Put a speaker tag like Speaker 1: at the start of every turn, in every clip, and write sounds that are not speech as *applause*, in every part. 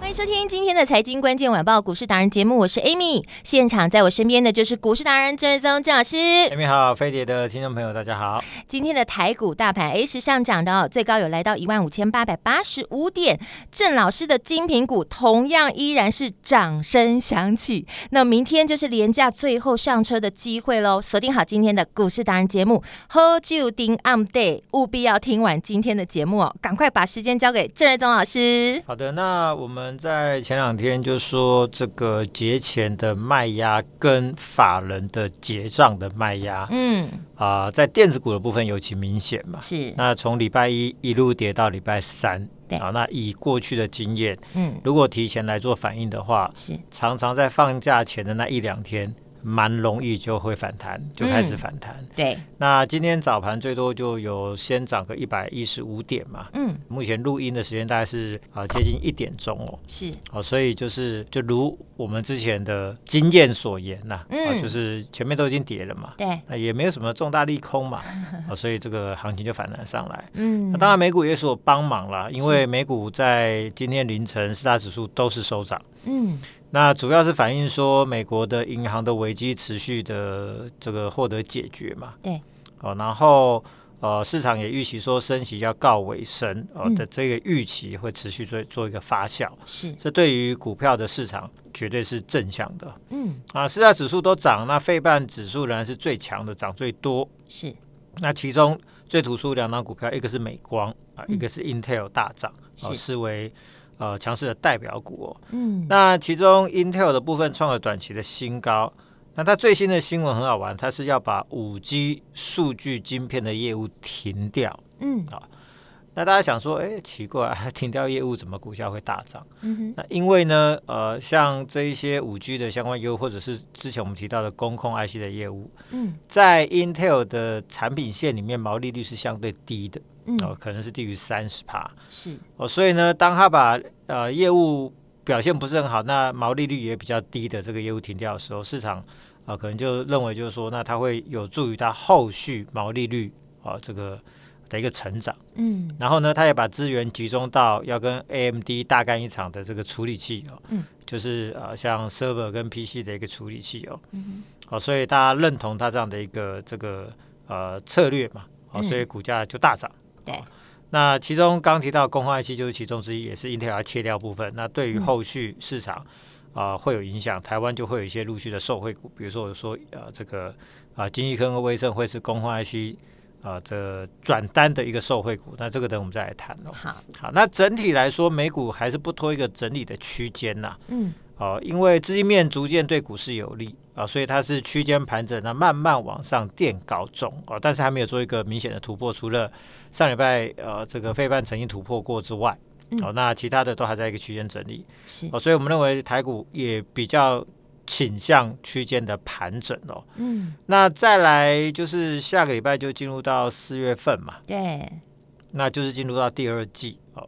Speaker 1: 欢迎收听今天的财经关键晚报股市达人节目，我是 Amy，现场在我身边的就是股市达人郑瑞宗郑老师。
Speaker 2: 艾米哎好，飞碟的听众朋友大家好。
Speaker 1: 今天的台股大盘 A 十上涨的哦，最高有来到一万五千八百八十五点。郑老师的精品股同样依然是掌声响起。那明天就是廉价最后上车的机会喽，锁定好今天的股市达人节目，Hold 住丁 on day，务必要听完今天的节目哦，赶快把时间交给郑瑞宗老师。
Speaker 2: 好的，那我们在前两天就说这个节前的卖压跟法人的结账的卖压啊、
Speaker 1: 嗯，
Speaker 2: 在电子股的部分尤其明显嘛。
Speaker 1: 是，
Speaker 2: 那从礼拜一一路跌到礼拜三，
Speaker 1: 对
Speaker 2: 好，那以过去的经验，
Speaker 1: 嗯，
Speaker 2: 如果提前来做反应的话，
Speaker 1: 是，
Speaker 2: 常常在放假前的那一两天，蛮容易就会反弹，就开始
Speaker 1: 嗯
Speaker 2: 反弹。
Speaker 1: 对，
Speaker 2: 那今天早盘最多就有先涨个一百一十五点嘛，
Speaker 1: 嗯，
Speaker 2: 目前录音的时间大概是啊、接近一点钟哦，
Speaker 1: 是，
Speaker 2: 好、所以就是就如我们之前的经验所言呐、啊，
Speaker 1: 嗯
Speaker 2: 就是前面都已经跌了嘛，
Speaker 1: 对，
Speaker 2: 那也没有什么重大利空嘛，啊、所以这个行情就反弹上来。
Speaker 1: 嗯
Speaker 2: 那，当然，美股也是有帮忙啦，因为美股在今天凌晨四大指数都是收涨，
Speaker 1: 嗯，
Speaker 2: 那主要是反映说美国的银行的危机持续的这个获得解决嘛。
Speaker 1: 对。
Speaker 2: 哦，然后呃，市场也预期说升息要告尾声哦
Speaker 1: 嗯
Speaker 2: 的这个预期会持续做做一个发酵，
Speaker 1: 是，
Speaker 2: 这对于股票的市场绝对是正向的
Speaker 1: 嗯，
Speaker 2: 啊。四大指数都涨，那费半指数仍然是最强的，涨最多。
Speaker 1: 是，
Speaker 2: 那其中最突出两档股票，一个是美光啊，
Speaker 1: 嗯
Speaker 2: 一个是 Intel 大涨，哦，
Speaker 1: 是
Speaker 2: 视为呃强势的代表股哦。
Speaker 1: 嗯，
Speaker 2: 那其中 Intel 的部分创了短期的新高。那它最新的新闻很好玩，它是要把五 G 数据晶片的业务停掉。
Speaker 1: 嗯，
Speaker 2: 那大家想说，哎，奇怪、 *laughs* 啊，停掉业务怎么股价会大涨？
Speaker 1: 嗯哼，
Speaker 2: 那因为呢，呃，像这一些五 G 的相关业务，或者是之前我们提到的工控 IC 的业务，
Speaker 1: 嗯，
Speaker 2: 在 Intel 的产品线里面，毛利率是相对低的，哦，
Speaker 1: 嗯，
Speaker 2: 可能是低于三十帕。
Speaker 1: 是，
Speaker 2: 哦，所以呢，当他把呃业务表现不是很好，那毛利率也比较低的这个业务停掉的时候，市场啊、呃可能就认为就是说，那它会有助于它后续毛利率啊、这个的一个成长。
Speaker 1: 嗯，
Speaker 2: 然后呢，他也把资源集中到要跟 AMD 大干一场的这个处理器哦，
Speaker 1: 嗯
Speaker 2: 就是呃像 server 跟 PC 的一个处理器哦，
Speaker 1: 嗯
Speaker 2: 哦，所以大家认同他这样的一个这个呃策略嘛，哦，
Speaker 1: 嗯
Speaker 2: 所以股价就大涨。
Speaker 1: 对
Speaker 2: 哦那其中刚提到工化 IC 就是其中之一，也是 Intel 要切掉部分。那对于
Speaker 1: 嗯
Speaker 2: 后续市场啊、呃会有影响，台湾就会有一些陆续的受惠股，比如说我说呃这个啊、呃、金益科跟威盛会是工化 IC 啊的转单的一个受惠股，那这个等我们再来谈哦。
Speaker 1: 好，
Speaker 2: 好，那整体来说，美股还是不脱一个整理的区间呐、
Speaker 1: 嗯，
Speaker 2: 哦，因为资金面逐渐对股市有利啊、所以它是区间盘整，那慢慢往上垫高中哦，但是还没有做一个明显的突破，除了上礼拜呃这个费半曾经突破过之外，
Speaker 1: 嗯
Speaker 2: 哦，那其他的都还在一个区间整理
Speaker 1: 是，
Speaker 2: 哦，所以我们认为台股也比较倾向区间的盘整哦。
Speaker 1: 嗯，
Speaker 2: 那再来就是下个礼拜就进入到四月份嘛，
Speaker 1: 对，
Speaker 2: 那就是进入到第二季哦。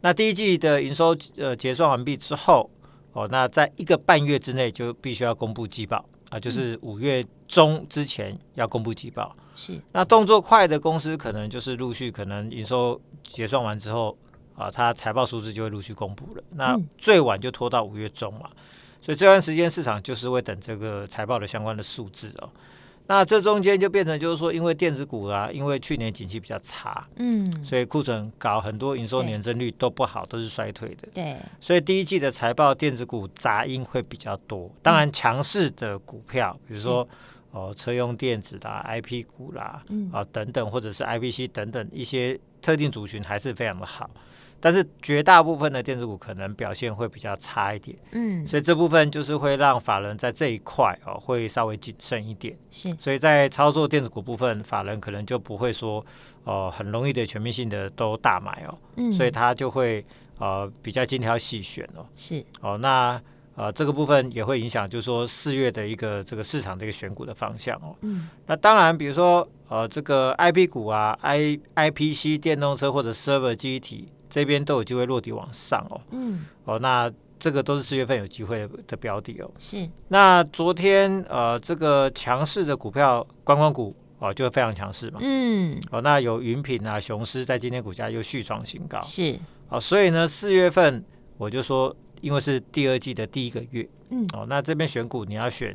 Speaker 2: 那第一季的营收呃结算完毕之后，哦，那在一个半月之内就必须要公布季报啊，就是五月中之前要公布季报。
Speaker 1: 是，
Speaker 2: 那动作快的公司可能就是陆续可能营收结算完之后啊，它财报数字就会陆续公布了。那
Speaker 1: 嗯
Speaker 2: 最晚就拖到五月中嘛，所以这段时间市场就是会等这个财报的相关的数字哦。那这中间就变成就是说，因为电子股啦、因为去年景气比较差，
Speaker 1: 嗯，
Speaker 2: 所以库存很高，很多营收
Speaker 1: 对
Speaker 2: 年增率都不好，都是衰退的。
Speaker 1: 对，
Speaker 2: 所以第一季的财报电子股杂音会比较多。当然，强势的股票，比如说哦车用电子啦、IP 股啦
Speaker 1: 嗯，
Speaker 2: 啊等等，或者是 IPC 等等一些特定族群还是非常的好。但是绝大部分的电子股可能表现会比较差一点，
Speaker 1: 嗯，
Speaker 2: 所以这部分就是会让法人在这一块哦会稍微谨慎一点。
Speaker 1: 是
Speaker 2: 所以在操作电子股部分，法人可能就不会说呃很容易的全面性的都大买哦，
Speaker 1: 嗯
Speaker 2: 所以他就会呃比较精挑细选哦。
Speaker 1: 是
Speaker 2: 哦，那呃这个部分也会影响，就是说四月的一个这个市场的一个选股的方向哦。
Speaker 1: 嗯，
Speaker 2: 那当然，比如说呃这个 I P 股啊、I I P C 电动车或者 server 机体这边都有机会落地往上哦。
Speaker 1: 嗯
Speaker 2: 哦，那这个都是四月份有机会的标的哦。
Speaker 1: 是
Speaker 2: 那昨天呃这个强势的股票观光股哦就非常强势嘛。
Speaker 1: 嗯
Speaker 2: 哦，那有云品啊、雄狮在今天股价又续创新高。
Speaker 1: 是
Speaker 2: 哦，所以呢，四月份我就说，因为是第二季的第一个月，
Speaker 1: 嗯
Speaker 2: 哦，那这边选股你要选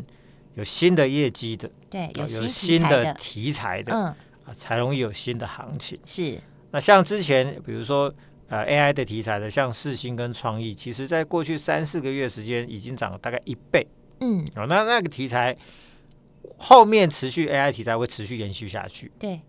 Speaker 2: 有新的业绩的，
Speaker 1: 对
Speaker 2: 哦
Speaker 1: 有新
Speaker 2: 新
Speaker 1: 题材
Speaker 2: 的题材的，
Speaker 1: 嗯
Speaker 2: 啊，才容易有新的行情。
Speaker 1: 是
Speaker 2: 那像之前，比如说呃 AI 的题材的，像世新跟创意，其实在过去三四个月时间已经涨了大概一倍
Speaker 1: 嗯
Speaker 2: 哦。那那个题材后面持续 AI 题材会持续延续下去，
Speaker 1: 对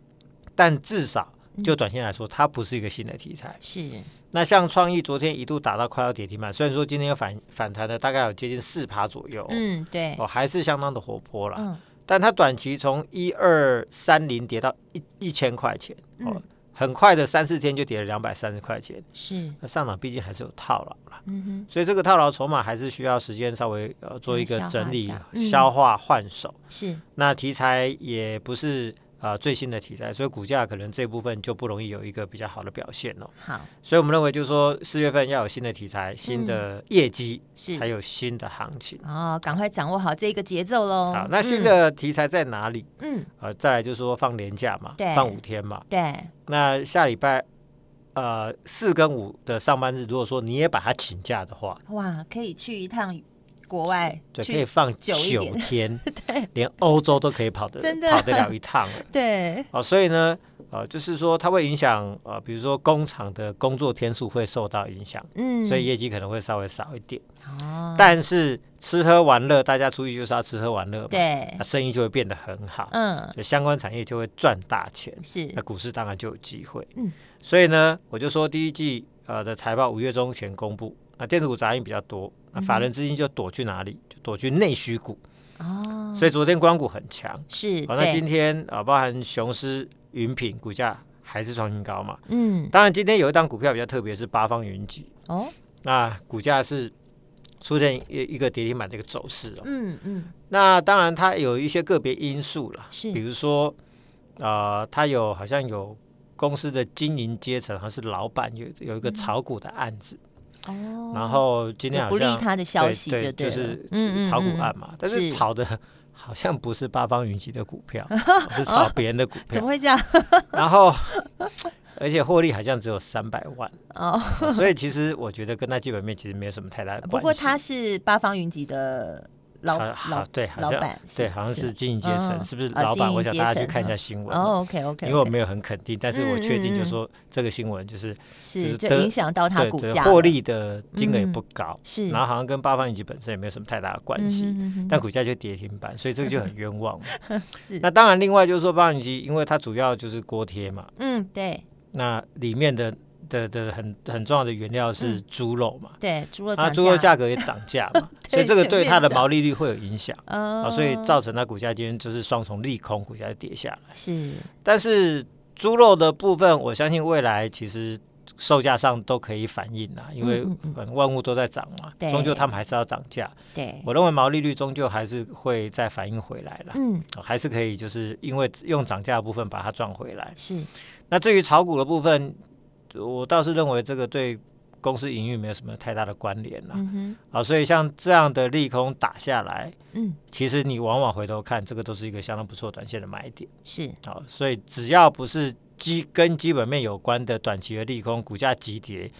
Speaker 2: 但至少
Speaker 1: 嗯
Speaker 2: 就短线来说，它不是一个新的题材。
Speaker 1: 是
Speaker 2: 那像创意昨天一度打到快要跌停板，虽然说今天又反反弹了，大概有接近四趴左右，
Speaker 1: 嗯对
Speaker 2: 哦，还是相当的活泼啦。
Speaker 1: 嗯
Speaker 2: 但它短期从一二三零跌到一一千块钱，哦，
Speaker 1: 嗯
Speaker 2: 很快的三四天就跌了两百三十块钱。
Speaker 1: 是
Speaker 2: 那上涨毕竟还是有套牢啦，
Speaker 1: 嗯哼
Speaker 2: 所以这个套牢筹码还是需要时间稍微呃做一个
Speaker 1: 消化
Speaker 2: 整
Speaker 1: 一
Speaker 2: 理
Speaker 1: 下、嗯
Speaker 2: 消化、换手。
Speaker 1: 是
Speaker 2: 那题材也不是呃最新的题材，所以股价可能这部分就不容易有一个比较好的表现哦。
Speaker 1: 好
Speaker 2: 所以我们认为，就是说四月份要有新的题材、新的业绩，
Speaker 1: 嗯是
Speaker 2: 才有新的行情。
Speaker 1: 哦，赶快掌握好这个节奏喽。
Speaker 2: 好，那
Speaker 1: 嗯
Speaker 2: 新的题材在哪里？
Speaker 1: 嗯
Speaker 2: 呃，再来就是说放年假嘛
Speaker 1: 对，
Speaker 2: 放五天嘛。
Speaker 1: 对
Speaker 2: 那下礼拜呃四跟五的上班日，如果说你也把它请假的话，
Speaker 1: 哇，可以去一趟国外，
Speaker 2: 对，
Speaker 1: 去
Speaker 2: 可以放
Speaker 1: 久
Speaker 2: 九
Speaker 1: 一点 *laughs*
Speaker 2: 天，连欧洲都可以跑得
Speaker 1: 真的
Speaker 2: 跑得了一趟了。
Speaker 1: 对
Speaker 2: 哦，所以呢，呃，就是说它会影响呃，比如说工厂的工作天数会受到影响，
Speaker 1: 嗯，
Speaker 2: 所以业绩可能会稍微少一点。
Speaker 1: 哦
Speaker 2: 但是吃喝玩乐，大家出去就是要吃喝玩乐嘛，
Speaker 1: 对
Speaker 2: 那生意就会变得很好，
Speaker 1: 嗯
Speaker 2: 所以相关产业就会赚大钱，
Speaker 1: 是
Speaker 2: 那股市当然就有机会。
Speaker 1: 嗯，
Speaker 2: 所以呢，我就说第一季呃的财报五月中旬公布，那电子股杂音比较多，那
Speaker 1: 嗯
Speaker 2: 法人资金就躲去哪里？就躲去内需股，
Speaker 1: 哦，
Speaker 2: 所以昨天光股很强。
Speaker 1: 是
Speaker 2: 好、那
Speaker 1: 对
Speaker 2: 今天啊、呃包含雄狮、云品股价还是创新高嘛？
Speaker 1: 嗯
Speaker 2: 当然，今天有一档股票比较特别，是八方云集，
Speaker 1: 哦
Speaker 2: 那股价是出现一一个跌停板的一个走势哦。
Speaker 1: 嗯嗯
Speaker 2: 那当然，它有一些个别因素啦，
Speaker 1: 是
Speaker 2: 比如说，呃，它有好像有公司的经营阶层，好像是老板有有一个炒股的案子，
Speaker 1: 嗯哦，
Speaker 2: 然后今天
Speaker 1: 有
Speaker 2: 好
Speaker 1: 不利
Speaker 2: 像
Speaker 1: 他的消息对
Speaker 2: 对就
Speaker 1: 了
Speaker 2: 是
Speaker 1: 嗯嗯
Speaker 2: 炒股啊
Speaker 1: 嗯
Speaker 2: 案嘛，但
Speaker 1: 是
Speaker 2: 是炒的好像不是八方云集的股
Speaker 1: *laughs*
Speaker 2: 票，是炒别人的股
Speaker 1: 怎么
Speaker 2: 票，
Speaker 1: 会这样？
Speaker 2: 然后而且获利好像只有三百万，
Speaker 1: 哦，
Speaker 2: 所以其实我觉得跟它基本面其实没有什么太大的关系。
Speaker 1: *laughs* 不过他是八方云集的老
Speaker 2: 好好
Speaker 1: 老
Speaker 2: 对，好
Speaker 1: 老
Speaker 2: 像
Speaker 1: 板
Speaker 2: 对，好像是经营阶层，
Speaker 1: 嗯
Speaker 2: 是不是
Speaker 1: 啊
Speaker 2: 老
Speaker 1: 经
Speaker 2: 板？
Speaker 1: 营
Speaker 2: 我想
Speaker 1: 阶
Speaker 2: 大家去
Speaker 1: 层
Speaker 2: 看一下
Speaker 1: 嗯
Speaker 2: 新闻，
Speaker 1: 哦，OK OK，
Speaker 2: 因为我没有很肯定，但是我确
Speaker 1: 嗯
Speaker 2: 定
Speaker 1: 嗯
Speaker 2: 就
Speaker 1: 嗯
Speaker 2: 说这个新闻就是
Speaker 1: 是
Speaker 2: 是
Speaker 1: 就
Speaker 2: 得
Speaker 1: 影响到他
Speaker 2: 对
Speaker 1: 股
Speaker 2: 对
Speaker 1: 价
Speaker 2: 获
Speaker 1: 了
Speaker 2: 利的金额也不
Speaker 1: 嗯
Speaker 2: 高，
Speaker 1: 是，
Speaker 2: 然后好像跟八方云集本身也没有什么太大的关系，
Speaker 1: 嗯哼
Speaker 2: 但股价就跌停板，所以这个就很冤
Speaker 1: *laughs*
Speaker 2: 枉嘛。
Speaker 1: 哼哼是
Speaker 2: 那当然，另外就是说八方云集，因为它主要就是锅贴嘛，
Speaker 1: 嗯对
Speaker 2: 那里面的的的很很重要的原料是猪肉嘛，
Speaker 1: 对，嗯猪肉
Speaker 2: 那
Speaker 1: 涨
Speaker 2: 啊猪肉价格也涨价嘛，
Speaker 1: *laughs*
Speaker 2: 所
Speaker 1: 对
Speaker 2: 以这个
Speaker 1: 全
Speaker 2: 对
Speaker 1: 面
Speaker 2: 它的
Speaker 1: 涨
Speaker 2: 毛利率会有影响。啊，
Speaker 1: 哦，
Speaker 2: 所以造成它股价今天就是双重利空，股价就跌下来。
Speaker 1: 是
Speaker 2: 但是猪肉的部分，我相信未来其实售价上都可以反映啦，因为
Speaker 1: 嗯嗯
Speaker 2: 反正万物都在涨嘛
Speaker 1: 对，
Speaker 2: 终究他们还是要涨价。
Speaker 1: 对，
Speaker 2: 我认为毛利率终究还是会再反映回来啦。
Speaker 1: 嗯
Speaker 2: 哦还是可以，就是因为用涨价的部分把它赚回来。
Speaker 1: 是
Speaker 2: 那至于炒股的部分，我倒是认为这个对公司营运没有什么太大的关联啦。
Speaker 1: 嗯
Speaker 2: 啊，所以像这样的利空打下来，
Speaker 1: 哼嗯
Speaker 2: 其实你往往回头看，这个都是一个相当不错短线的买点。
Speaker 1: 嗯是
Speaker 2: 好，所以只要不是基跟基本面有关的短期的利空，股价急跌，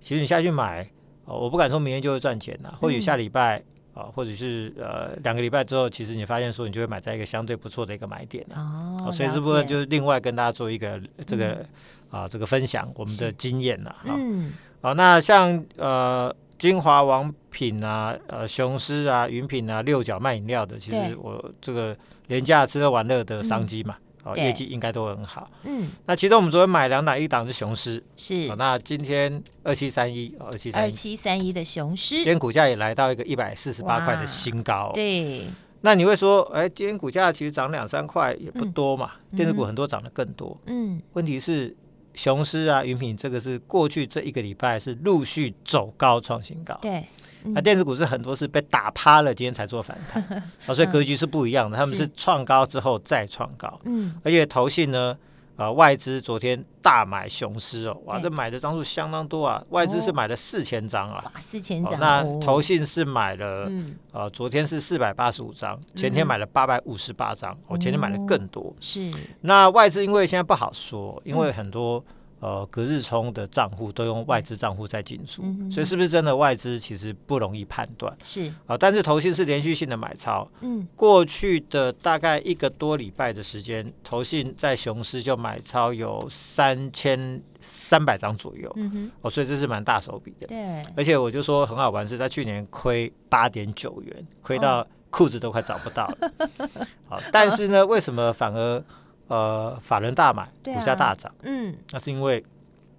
Speaker 2: 其实你下去买，哦，我不敢说明天就会赚钱啦，或许
Speaker 1: 嗯
Speaker 2: 下礼拜。啊，或者是呃两个礼拜之后，其实你发现说你就会买在一个相对不错的一个买点啊，
Speaker 1: 哦，
Speaker 2: 所以这
Speaker 1: 了
Speaker 2: 部分
Speaker 1: 解
Speaker 2: 就是另外跟大家做一个这个啊、这个分享我们的经验啦。哈。
Speaker 1: 嗯
Speaker 2: 好，那像呃金华王品啊、呃雄狮啊、云品啊、六角卖饮料的，其
Speaker 1: 对
Speaker 2: 实我这个廉价吃喝玩乐的商机嘛，啊、哦，
Speaker 1: 嗯对
Speaker 2: 业绩应该都很好。
Speaker 1: 嗯，
Speaker 2: 那其中我们昨天买两档，一档是雄狮，
Speaker 1: 是
Speaker 2: 哦，那今天二七三一，哦二七三
Speaker 1: 二
Speaker 2: 一，
Speaker 1: 七三一的雄狮
Speaker 2: 今，天股价也来到一个一百四十八块
Speaker 1: 哇
Speaker 2: 的新高。哦
Speaker 1: 对，
Speaker 2: 那你会说，哎，今天股价其实涨两三块也不多嘛，电子股很多涨得更多。
Speaker 1: 嗯，
Speaker 2: 问题是，雄狮啊、云品这个是过去这一个礼拜是陆续走高创新高。
Speaker 1: 对，
Speaker 2: 那电子股是很多是被打趴了，今天才做反
Speaker 1: *laughs*
Speaker 2: 弹，啊，所以格局是不一样的。他们
Speaker 1: 嗯是
Speaker 2: 是创高之后再创高，
Speaker 1: 嗯，
Speaker 2: 而且投信呢，啊、外资昨天大买雄狮哦，哇，
Speaker 1: 对
Speaker 2: 这买的张数相当多啊，外资
Speaker 1: 哦
Speaker 2: 是买了四千张啊。
Speaker 1: 哇，四千
Speaker 2: 哦
Speaker 1: 涨，
Speaker 2: 那
Speaker 1: 哦
Speaker 2: 投，信是买了，
Speaker 1: 嗯，
Speaker 2: 呃，昨天是四百八十五张，前
Speaker 1: 嗯
Speaker 2: 天
Speaker 1: 哦
Speaker 2: 买了八百五十八张，我、前天买的更多。
Speaker 1: 是，
Speaker 2: 那外资因为现在不好说，因为很多呃隔日冲的账户都用外资账户在进出，
Speaker 1: 嗯哼
Speaker 2: 所以是不是真的外资其实不容易判断
Speaker 1: 是，
Speaker 2: 啊、但是投信是连续性的买超，
Speaker 1: 嗯，
Speaker 2: 过去的大概一个多礼拜的时间，投信在雄狮就买超有三千三百张左右，
Speaker 1: 嗯哼，
Speaker 2: 哦，所以这是蛮大手笔的。
Speaker 1: 对，
Speaker 2: 而且我就说很好玩，是在去年亏八点九元，亏到
Speaker 1: 哦
Speaker 2: 裤子都快找不到了。好，但是呢，为什么反而呃法人大买，
Speaker 1: 对
Speaker 2: 股
Speaker 1: 啊
Speaker 2: 价大涨？
Speaker 1: 嗯，
Speaker 2: 那是因为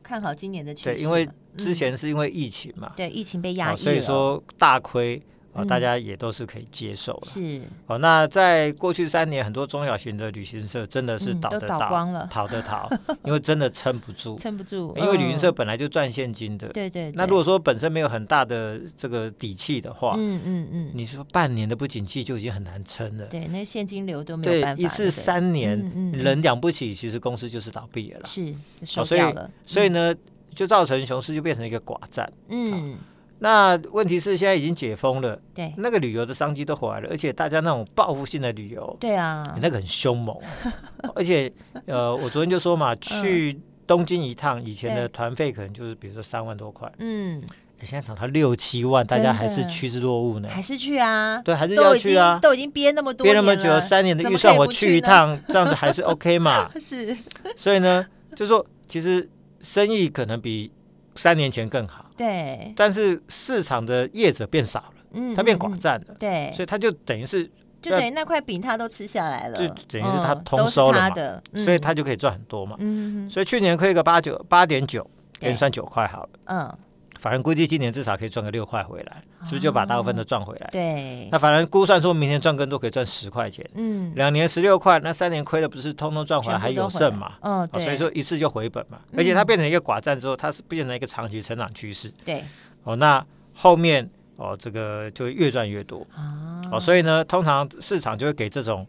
Speaker 1: 看好今年的趋势
Speaker 2: 对，
Speaker 1: 嘛，
Speaker 2: 因为之
Speaker 1: 嗯
Speaker 2: 前是因为疫情嘛，
Speaker 1: 对疫情被
Speaker 2: 啊
Speaker 1: 压抑
Speaker 2: 所以
Speaker 1: 了
Speaker 2: 说大亏啊、呃
Speaker 1: 嗯
Speaker 2: 大家也都是可以接受了。
Speaker 1: 是，
Speaker 2: 哦，那在过去三年，很多中小型的旅行社真的是
Speaker 1: 嗯
Speaker 2: 倒
Speaker 1: 都
Speaker 2: 的
Speaker 1: 倒
Speaker 2: 倒，
Speaker 1: 光了
Speaker 2: 逃的逃，因为真的撑不住。
Speaker 1: 撑不住，
Speaker 2: 因为旅行社
Speaker 1: 嗯，
Speaker 2: 本来就赚现金的，
Speaker 1: 对对，
Speaker 2: 那
Speaker 1: 对
Speaker 2: 如果说本身没有很大的这个底气的话，
Speaker 1: 嗯嗯嗯，
Speaker 2: 你说半年的不景气就已经很难撑了，
Speaker 1: 对，那现金流都没有办法，
Speaker 2: 一次
Speaker 1: 对不对
Speaker 2: 三年，
Speaker 1: 嗯嗯嗯
Speaker 2: 人养不起，其实公司就是倒闭了啦。
Speaker 1: 是就收
Speaker 2: 所以
Speaker 1: 掉了，
Speaker 2: 所以
Speaker 1: 嗯
Speaker 2: 呢，就造成雄狮就变成一个寡占。
Speaker 1: 嗯，
Speaker 2: 那问题是现在已经解封了，
Speaker 1: 对
Speaker 2: 那个旅游的商机都回来了，而且大家那种报复性的旅游，
Speaker 1: 对啊
Speaker 2: 你，欸那个很凶猛 *laughs* 哦，而且呃，我昨天就说嘛，
Speaker 1: 嗯
Speaker 2: 去东京一趟，以前的
Speaker 1: 对
Speaker 2: 团费可能就是比如说三万多块，
Speaker 1: 嗯，
Speaker 2: 诶现在涨到六七万，大家
Speaker 1: 真的
Speaker 2: 还是趋之若鹜呢。
Speaker 1: 还是去啊，
Speaker 2: 对，还是
Speaker 1: 都
Speaker 2: 要
Speaker 1: 已
Speaker 2: 去
Speaker 1: 经
Speaker 2: 啊。
Speaker 1: 都已经憋那么多
Speaker 2: 憋那么
Speaker 1: 年
Speaker 2: 久，
Speaker 1: 了
Speaker 2: 三年的
Speaker 1: 怎
Speaker 2: 预
Speaker 1: 么
Speaker 2: 算
Speaker 1: 可以
Speaker 2: 我
Speaker 1: 不
Speaker 2: 去一
Speaker 1: 呢
Speaker 2: 趟，这样子还是 OK
Speaker 1: *laughs*
Speaker 2: 嘛？
Speaker 1: 是，
Speaker 2: *laughs* 所以呢，就说其实生意可能比三年前更好，
Speaker 1: 对，
Speaker 2: 但是市场的业者变少了，
Speaker 1: 嗯，
Speaker 2: 他变
Speaker 1: 嗯
Speaker 2: 寡
Speaker 1: 嗯
Speaker 2: 占了，
Speaker 1: 对，
Speaker 2: 所以他就等于是，
Speaker 1: 就
Speaker 2: 那
Speaker 1: 等于那块饼他都吃下来了，
Speaker 2: 就等于是他
Speaker 1: 嗯
Speaker 2: 通
Speaker 1: 都是
Speaker 2: 收
Speaker 1: 他
Speaker 2: 了嘛
Speaker 1: 的，
Speaker 2: 所以
Speaker 1: 嗯
Speaker 2: 他就可以赚很多嘛。
Speaker 1: 嗯
Speaker 2: 所以去年亏个八九八点九，
Speaker 1: 对
Speaker 2: 给你算九块好了，
Speaker 1: 嗯，
Speaker 2: 法人估计今年至少可以赚个六块回来，是不是就把大部分都赚回来？
Speaker 1: 哦对，
Speaker 2: 那法人估算说明年赚更多，可以赚十块钱，
Speaker 1: 嗯，
Speaker 2: 两年十六块，那三年亏了不是通通赚回
Speaker 1: 全
Speaker 2: 来，
Speaker 1: 部
Speaker 2: 还
Speaker 1: 都
Speaker 2: 有
Speaker 1: 回
Speaker 2: 剩
Speaker 1: 来
Speaker 2: 嘛？
Speaker 1: 嗯，
Speaker 2: 哦，
Speaker 1: 对，
Speaker 2: 所以说一次就回本嘛，
Speaker 1: 嗯
Speaker 2: 而且它变成一个寡占之后，它是变成一个长期成长趋势
Speaker 1: 对
Speaker 2: 哦。那后面哦，这个就会越赚越多
Speaker 1: 啊，
Speaker 2: 哦，所以呢，通常市场就会给这种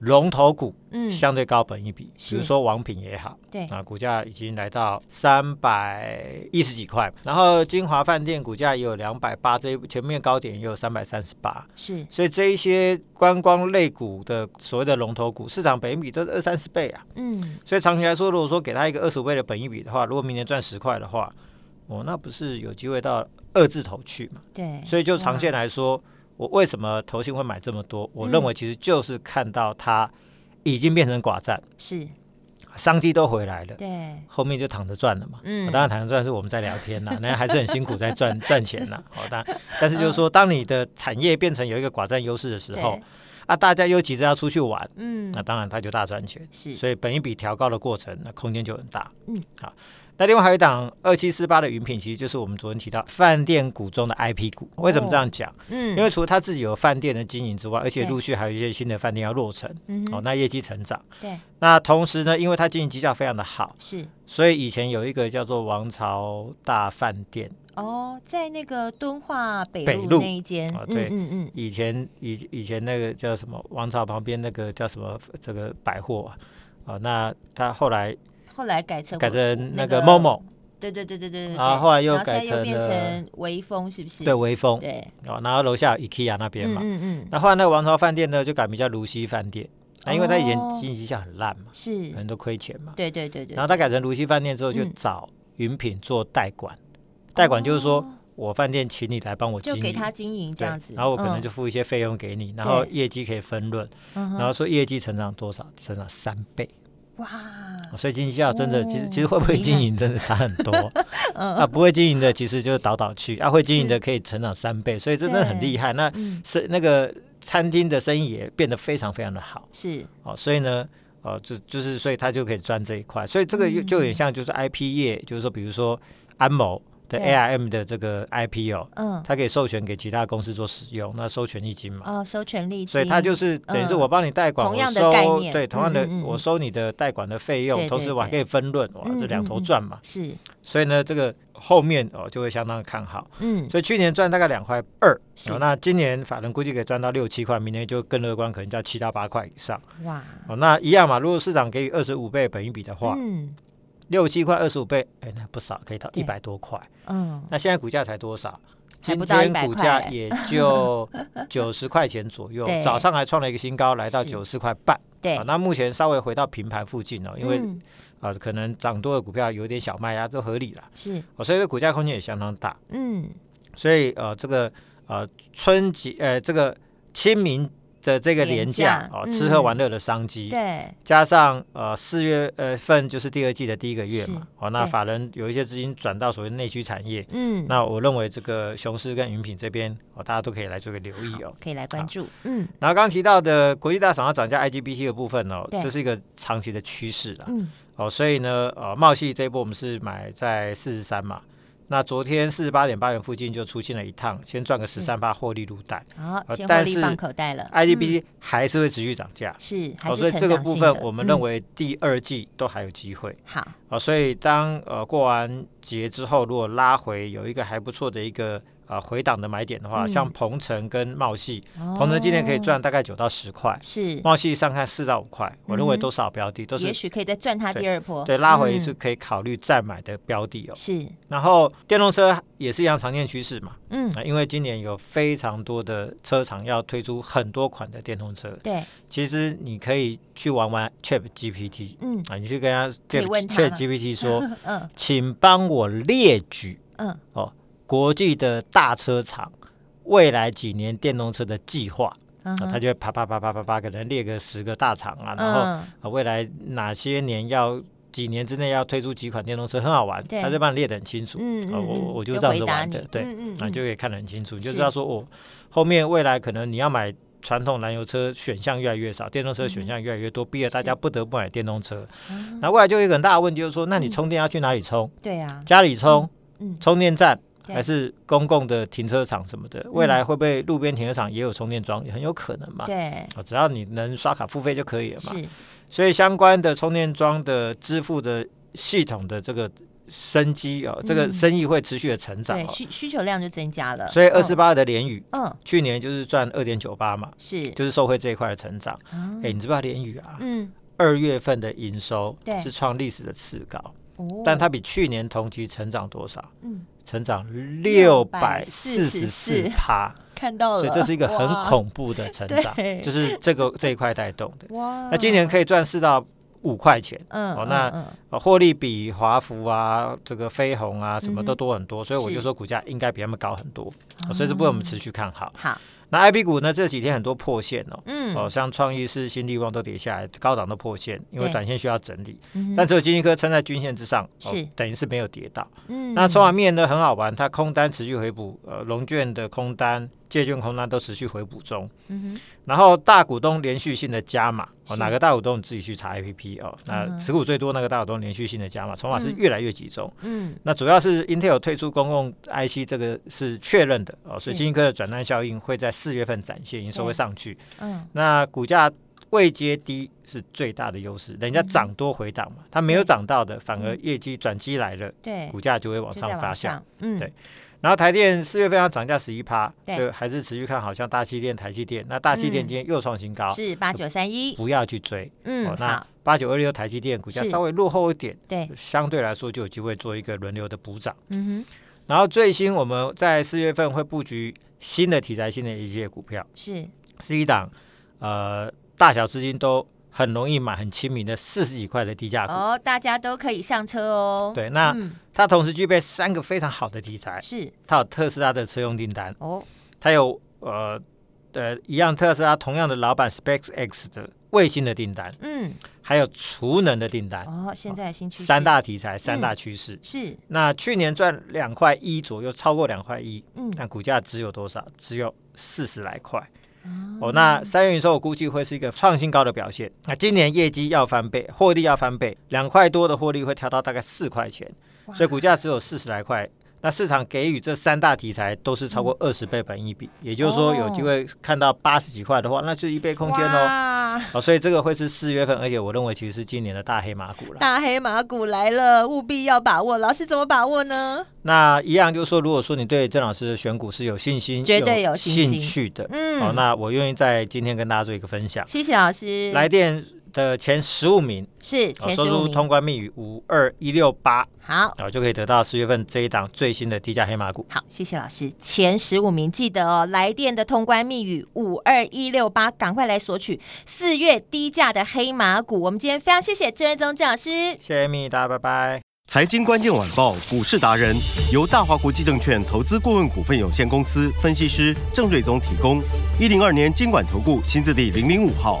Speaker 2: 龙头股
Speaker 1: 嗯，
Speaker 2: 相对高本一比，
Speaker 1: 是
Speaker 2: 比如说王品也好，
Speaker 1: 对
Speaker 2: 啊，股价已经来到三百一十几块，然后金华饭店股价也有两百八，这一前面高点也有三百三十八，
Speaker 1: 是，
Speaker 2: 所以这一些观光类股的所谓的龙头股，市场本一比都是二三十倍啊。
Speaker 1: 嗯，
Speaker 2: 所以长期来说，如果说给他一个二十倍的本益比的话，如果明年赚十块的话，哦，那不是有机会到二字头去嘛？
Speaker 1: 对，
Speaker 2: 所以就长线
Speaker 1: 哇
Speaker 2: 来说，我为什么投信会买这么多？我认为其实就是看到它已经变成寡占，
Speaker 1: 是，
Speaker 2: 商机都回来了，
Speaker 1: 对，
Speaker 2: 后面就躺着赚了嘛。
Speaker 1: 嗯
Speaker 2: 哦当然躺着赚是我们在聊天啦， *laughs* 那还是很辛苦在赚赚
Speaker 1: *laughs*
Speaker 2: 钱啦。好、当然，但是就是说，当你的产业变成有一个寡占优势的时候
Speaker 1: 对，
Speaker 2: 啊，大家又急着要出去玩，
Speaker 1: 嗯
Speaker 2: 那，当然它就大赚钱。
Speaker 1: 是，
Speaker 2: 所以本一笔调高的过程，那空间就很大。
Speaker 1: 嗯，
Speaker 2: 好。那另外还有一档二七四八的云品，其实就是我们昨天提到饭店股中的 IP 股。为什么这样讲？
Speaker 1: 嗯，
Speaker 2: 因为除了他自己有饭店的经营之外，而且
Speaker 1: 对
Speaker 2: 陆续还有一些新的饭店要落成，
Speaker 1: 嗯
Speaker 2: 哦，
Speaker 1: 哼，
Speaker 2: 那业绩成长。
Speaker 1: 对，
Speaker 2: 那同时呢，因为它经营绩效非常的好，
Speaker 1: 是，
Speaker 2: 所以以前有一个叫做王朝大饭店，
Speaker 1: 哦，在那个敦化北
Speaker 2: 北
Speaker 1: 路
Speaker 2: 路
Speaker 1: 那一间
Speaker 2: 哦，
Speaker 1: 嗯
Speaker 2: 对
Speaker 1: 嗯嗯，
Speaker 2: 以前以以前那个叫什么王朝旁边那个叫什么这个百货啊，哦，那他后来
Speaker 1: 后来改成
Speaker 2: 改
Speaker 1: 我，
Speaker 2: 成
Speaker 1: 那
Speaker 2: 那个
Speaker 1: 个
Speaker 2: MOMO，
Speaker 1: 对对对对对对，
Speaker 2: 然后
Speaker 1: 对
Speaker 2: 后来又
Speaker 1: 然后现在
Speaker 2: 改
Speaker 1: 又
Speaker 2: 成
Speaker 1: 变
Speaker 2: 了
Speaker 1: 成微风，是不是？
Speaker 2: 对微风，
Speaker 1: 对，
Speaker 2: 哦，然后楼下有 IKEA 那边
Speaker 1: 嗯
Speaker 2: 嘛，
Speaker 1: 嗯嗯，
Speaker 2: 那后来那个王朝饭店呢，就改名叫卢西饭店，那、因为它以前
Speaker 1: 哦
Speaker 2: 经营绩效很烂嘛，
Speaker 1: 是
Speaker 2: 可，能都亏钱嘛，
Speaker 1: 对对对对，
Speaker 2: 然后它改成卢西饭店之后，就
Speaker 1: 嗯
Speaker 2: 找云品做代管，代管就是说、我饭店请你来帮我
Speaker 1: 哦
Speaker 2: 经
Speaker 1: 就
Speaker 2: 营，
Speaker 1: 给他经营这
Speaker 2: 对
Speaker 1: 样子，
Speaker 2: 然后我可能
Speaker 1: 嗯
Speaker 2: 就付一些费用给你，然后业绩可以分论，
Speaker 1: 嗯哼
Speaker 2: 然后说业绩成长多少，成长三倍，
Speaker 1: 哇，
Speaker 2: 所以经营绩效真的，其
Speaker 1: 嗯哦
Speaker 2: 实其实会不会
Speaker 1: 厉害嗯
Speaker 2: 经营真的差很
Speaker 1: *laughs*
Speaker 2: 多。啊，不会经营的其实就倒倒去，啊，会经营的可以成长三倍，所以真的很厉害。那
Speaker 1: 嗯
Speaker 2: 是那个餐厅的生意也变得非常非常的好
Speaker 1: 是
Speaker 2: 哦，所以呢，呃，就就是所以它就可以赚这一块，所以这个
Speaker 1: 嗯
Speaker 2: 又就有点像就是 IP 业，就是说比如说安某的
Speaker 1: 对
Speaker 2: ARM 的这个 IP 哦，
Speaker 1: 嗯，
Speaker 2: 它可以授权给其他公司做使用，那收权益金嘛。
Speaker 1: 哦，收权利金，
Speaker 2: 所以它就是等于是我帮你代管，
Speaker 1: 嗯同
Speaker 2: 我
Speaker 1: 样的概
Speaker 2: 收
Speaker 1: 念
Speaker 2: 对同样的
Speaker 1: 嗯嗯嗯
Speaker 2: 我收你的代管的费
Speaker 1: 对
Speaker 2: 用，
Speaker 1: 对
Speaker 2: 同时我还可以分润，哇，
Speaker 1: 嗯
Speaker 2: 这两头
Speaker 1: 嗯嗯
Speaker 2: 赚嘛。
Speaker 1: 是，
Speaker 2: 所以呢，这个后面哦就会相当看好。
Speaker 1: 嗯，
Speaker 2: 所以去年赚大概两块二
Speaker 1: 是，
Speaker 2: 哦那今年法人估计可以赚到六七块，明年就更乐观，可能到七到八块以上。
Speaker 1: 哇，
Speaker 2: 哦，那一样嘛，如果市场给予二十五倍本一比的话，
Speaker 1: 嗯
Speaker 2: 六七块二十五倍，哎，那不少，可以到
Speaker 1: 对
Speaker 2: 一百多块。
Speaker 1: 嗯，
Speaker 2: 那现在股价才多少？
Speaker 1: 还
Speaker 2: 今
Speaker 1: 不到
Speaker 2: 天
Speaker 1: 100
Speaker 2: 股
Speaker 1: 块
Speaker 2: 价
Speaker 1: 哎
Speaker 2: 也就九十块钱左
Speaker 1: *laughs*
Speaker 2: 右
Speaker 1: 对，
Speaker 2: 早上还创了一个新高，来到
Speaker 1: 是
Speaker 2: 九十块半。
Speaker 1: 对
Speaker 2: 啊，那目前稍微回到平盘附近哦，因为
Speaker 1: 哎
Speaker 2: 啊、
Speaker 1: 嗯
Speaker 2: 可能涨多的股票有点小卖压，都合理啦。
Speaker 1: 是，
Speaker 2: 哦，所以这股价空间也相当大。
Speaker 1: 嗯，
Speaker 2: 所以呃，这个呃春节呃这个清明的这个
Speaker 1: 廉
Speaker 2: 廉
Speaker 1: 价
Speaker 2: 价哦，
Speaker 1: 嗯
Speaker 2: 吃喝玩乐的商机，
Speaker 1: 对，
Speaker 2: 加上呃四月呃份就是第二季的第一个月嘛，哦，那
Speaker 1: 对
Speaker 2: 法人有一些资金转到所谓内需产业，
Speaker 1: 嗯，
Speaker 2: 那我认为这个雄狮跟云品这边哦，大家都可以来做个留意哦。
Speaker 1: 可以来关
Speaker 2: 好
Speaker 1: 注，嗯
Speaker 2: 然后刚刚提到的国际大厂要涨价 IGBT 的部分哦，
Speaker 1: 对
Speaker 2: 这是一个长期的趋势啦。
Speaker 1: 嗯，
Speaker 2: 哦，所以呢，呃，茂系这一波我们是买在四十三嘛，那昨天四十八点八元附近就出现了一趟，先赚个十三八获利入袋。
Speaker 1: 好，
Speaker 2: 呃
Speaker 1: 先获
Speaker 2: 但
Speaker 1: 利
Speaker 2: 是
Speaker 1: 放口袋了
Speaker 2: IDB 还是会持续涨价，
Speaker 1: 是，嗯还
Speaker 2: 哦，
Speaker 1: 是
Speaker 2: 所以
Speaker 1: 成
Speaker 2: 这个
Speaker 1: 长
Speaker 2: 部
Speaker 1: 性
Speaker 2: 分
Speaker 1: 的
Speaker 2: 我
Speaker 1: 嗯
Speaker 2: 们认为第二季都还有机会。
Speaker 1: 好，
Speaker 2: 啊，所以当呃过完节之后，如果拉回有一个还不错的一个呃回档的买点的话，
Speaker 1: 嗯哦
Speaker 2: 像鹏程跟茂系，鹏
Speaker 1: 鹏
Speaker 2: 程今天可以赚大概九到十块，
Speaker 1: 是，
Speaker 2: 茂系上看四到五块，我认为
Speaker 1: 嗯哼
Speaker 2: 都是好标的，都
Speaker 1: 也
Speaker 2: 是
Speaker 1: 许可以再赚它第
Speaker 2: 对
Speaker 1: 二波，
Speaker 2: 对拉回
Speaker 1: 嗯
Speaker 2: 是可以考虑再买的标的哦。
Speaker 1: 是，
Speaker 2: 然后电动车也是一样常见趋势嘛，
Speaker 1: 嗯，
Speaker 2: 啊，因为今年有非常多的车厂要推出很多款的电动车，
Speaker 1: 对，
Speaker 2: 其实你可以去玩玩 Chat GPT
Speaker 1: 嗯
Speaker 2: 啊，你去跟他
Speaker 1: 可以
Speaker 2: Chat
Speaker 1: 问他
Speaker 2: Chat
Speaker 1: 吗
Speaker 2: GPT 说。
Speaker 1: *laughs* 嗯
Speaker 2: 请帮我列举
Speaker 1: 嗯，
Speaker 2: 国际的大车厂未来几年电动车的计划，
Speaker 1: 嗯
Speaker 2: 啊，
Speaker 1: 哼
Speaker 2: 他就会啪啪啪啪啪啪，可能列个十个大厂啊，然后
Speaker 1: 嗯
Speaker 2: 啊未来哪些年要几年之内要推出几款电动车，很好玩，
Speaker 1: 对
Speaker 2: 他就帮你列得很清楚。
Speaker 1: 嗯嗯
Speaker 2: 啊，我
Speaker 1: 嗯
Speaker 2: 我就
Speaker 1: 就
Speaker 2: 这样
Speaker 1: 回
Speaker 2: 子
Speaker 1: 答
Speaker 2: 玩的
Speaker 1: 你，
Speaker 2: 对，
Speaker 1: 嗯嗯
Speaker 2: 啊，
Speaker 1: 嗯
Speaker 2: 就可以看得很清楚，你就是知道说哦，后面未来可能你要买传统燃油车选项越来越少，电动车选项越来越多，逼得大家不得不买电动车。
Speaker 1: 啊
Speaker 2: 那未来就有一个很大的问题，就是说，那你充电要去哪里充？
Speaker 1: 对啊，
Speaker 2: 家里充、
Speaker 1: 嗯，
Speaker 2: 充电站，
Speaker 1: 对嗯
Speaker 2: 还是公共的停车场什么的，未来会不会路边停车场也有充电桩？也很有可能嘛。
Speaker 1: 对，
Speaker 2: 哦，只要你能刷卡付费就可以了嘛。
Speaker 1: 是，
Speaker 2: 所以相关的充电桩的支付的系统的这个生机哦，这个
Speaker 1: 嗯
Speaker 2: 生意会持续的成长
Speaker 1: 对，
Speaker 2: 哦。
Speaker 1: 需需求量就增加了，
Speaker 2: 所以二
Speaker 1: 嗯
Speaker 2: 十，八的联宇
Speaker 1: 嗯，
Speaker 2: 去年就是赚二点九八嘛，
Speaker 1: 是，
Speaker 2: 就是受惠这一块的成长。
Speaker 1: 啊
Speaker 2: 哎，你知不知道联宇啊？
Speaker 1: 嗯，
Speaker 2: 二月份的营收
Speaker 1: 对
Speaker 2: 是创历史的次高，
Speaker 1: 哦
Speaker 2: 但它比去年同期成长多少？
Speaker 1: 嗯，
Speaker 2: 成长六百四十四
Speaker 1: 644
Speaker 2: 趴，
Speaker 1: 看到了，
Speaker 2: 所以这是一个很
Speaker 1: 哇，
Speaker 2: 恐怖的成长
Speaker 1: 对，嗯
Speaker 2: 就是这个这一块带动的。
Speaker 1: 哇，
Speaker 2: 那今年可以赚四到五块钱，
Speaker 1: 嗯，
Speaker 2: 哦
Speaker 1: 嗯，
Speaker 2: 那
Speaker 1: 嗯
Speaker 2: 呃获利比华孚啊、这个飞鸿啊什么
Speaker 1: 嗯
Speaker 2: 都
Speaker 1: 哼
Speaker 2: 多很多，所以我
Speaker 1: 是
Speaker 2: 就说股价应该比他们高很多，哦所以这部分我们持续看好。
Speaker 1: 好，
Speaker 2: 那 I B 股呢这几天很多破线哦。
Speaker 1: 嗯，
Speaker 2: 哦，像创意是新力旺都跌下来，高档都破线，因为
Speaker 1: 对
Speaker 2: 短线需要整理。
Speaker 1: 嗯
Speaker 2: 但只有金一科撑在均线之上，哦
Speaker 1: 是
Speaker 2: 等于是没有跌到。
Speaker 1: 嗯
Speaker 2: 那啊筹码面呢很好玩，它空单持续回补，呃，龙券的空单、借券空单都持续回补中。
Speaker 1: 嗯
Speaker 2: 然后大股东连续性的加码，哦，
Speaker 1: 是
Speaker 2: 哪个大股东你自己去查 A P P 哦。
Speaker 1: 嗯
Speaker 2: 那
Speaker 1: 哼
Speaker 2: 持股最多那个大股东连续性的加码，筹码是
Speaker 1: 嗯
Speaker 2: 越来越集中。
Speaker 1: 哼嗯，
Speaker 2: 那主要是 Intel 退出公共 I C 这个是确认的哦，所以
Speaker 1: 是
Speaker 2: 新科的转单效应会在四月份展现，营收会
Speaker 1: 对
Speaker 2: 上去。
Speaker 1: 嗯，
Speaker 2: 那股价未接低是最大的优势，人家涨多回档嘛，它没有涨到的，反而业绩转机来了，
Speaker 1: 嗯对，
Speaker 2: 股价就会往
Speaker 1: 就在
Speaker 2: 上发酵。，
Speaker 1: 嗯，
Speaker 2: 对然后台电四月份要涨价十一趴，
Speaker 1: 对
Speaker 2: 所以还是持续看好像大气电、台气电。那大气电
Speaker 1: 嗯
Speaker 2: 今天又创新高，
Speaker 1: 是八九三一，
Speaker 2: 不要去追。
Speaker 1: 嗯，
Speaker 2: 哦那
Speaker 1: 好，
Speaker 2: 八九二六台积电股价
Speaker 1: 是
Speaker 2: 稍微落后一点，
Speaker 1: 对，
Speaker 2: 相对来说就有机会做一个轮流的补涨。
Speaker 1: 嗯哼，
Speaker 2: 然后最新我们在四月份会布局新的题材性的一些股票，
Speaker 1: 是，
Speaker 2: 是一档呃大小资金都很容易买、很亲民的四十几块的低价股。
Speaker 1: 哦，大家都可以上车哦，
Speaker 2: 对，那哎
Speaker 1: 嗯，
Speaker 2: 它同时具备三个非常好的题材，
Speaker 1: 是，
Speaker 2: 它有特斯拉的车用订单，
Speaker 1: 哦，
Speaker 2: 它有呃呃一样特斯拉同样的老板 SpaceX 的卫星的订单，
Speaker 1: 嗯，
Speaker 2: 还有储能的订单，
Speaker 1: 哦，现在新趋势
Speaker 2: 哎
Speaker 1: 嗯
Speaker 2: 三大题材、三大趋势。
Speaker 1: 是，
Speaker 2: 那去年赚两块一左右，超过两块一，
Speaker 1: 嗯，
Speaker 2: 但股价只有多少？只有四十来块。
Speaker 1: 啊
Speaker 2: 哦，那三月营收我估计会是一个创新高的表现。那今年业绩要翻倍，获利要翻倍，两块多的获利会调到大概四块钱，所以股价只有四十来块。那市场给予这三大题材都是超过
Speaker 1: 嗯
Speaker 2: 二十倍本益比，也就是说有机会看到八十几块的话，那就是一倍空间喽。
Speaker 1: 哦哇，
Speaker 2: 哦，所以这个会是四月份，而且我认为其实是今年的大黑马股了。
Speaker 1: 大黑马股来了，务必要把握。老师怎么把握呢？
Speaker 2: 那一样就是说，如果说你对郑老师的选股是有信心、
Speaker 1: 绝对有信
Speaker 2: 兴
Speaker 1: 心
Speaker 2: 趣的，
Speaker 1: 嗯
Speaker 2: 哦，那我愿意在今天跟大家做一个分享。
Speaker 1: 谢谢老师。
Speaker 2: 来电的前十五名，
Speaker 1: 是
Speaker 2: 哦
Speaker 1: 前
Speaker 2: 说
Speaker 1: 十五
Speaker 2: 出
Speaker 1: 名，
Speaker 2: 通关密语五二一六八，
Speaker 1: 好。
Speaker 2: 然后就可以得到四月份这一档最新的低价黑马股。
Speaker 1: 好，谢谢老师。前十五名记得哦，来电的通关密语五二一六八，赶快来索取四月低价的黑马股。我们今天非常谢谢郑瑞宗郑老师。
Speaker 2: 谢谢米，大家拜拜。
Speaker 3: 财经关键晚报股市达人由大华国际证券投资顾问股份有限公司分析师郑瑞宗提供。一零二年经管投顾新字第零零五号。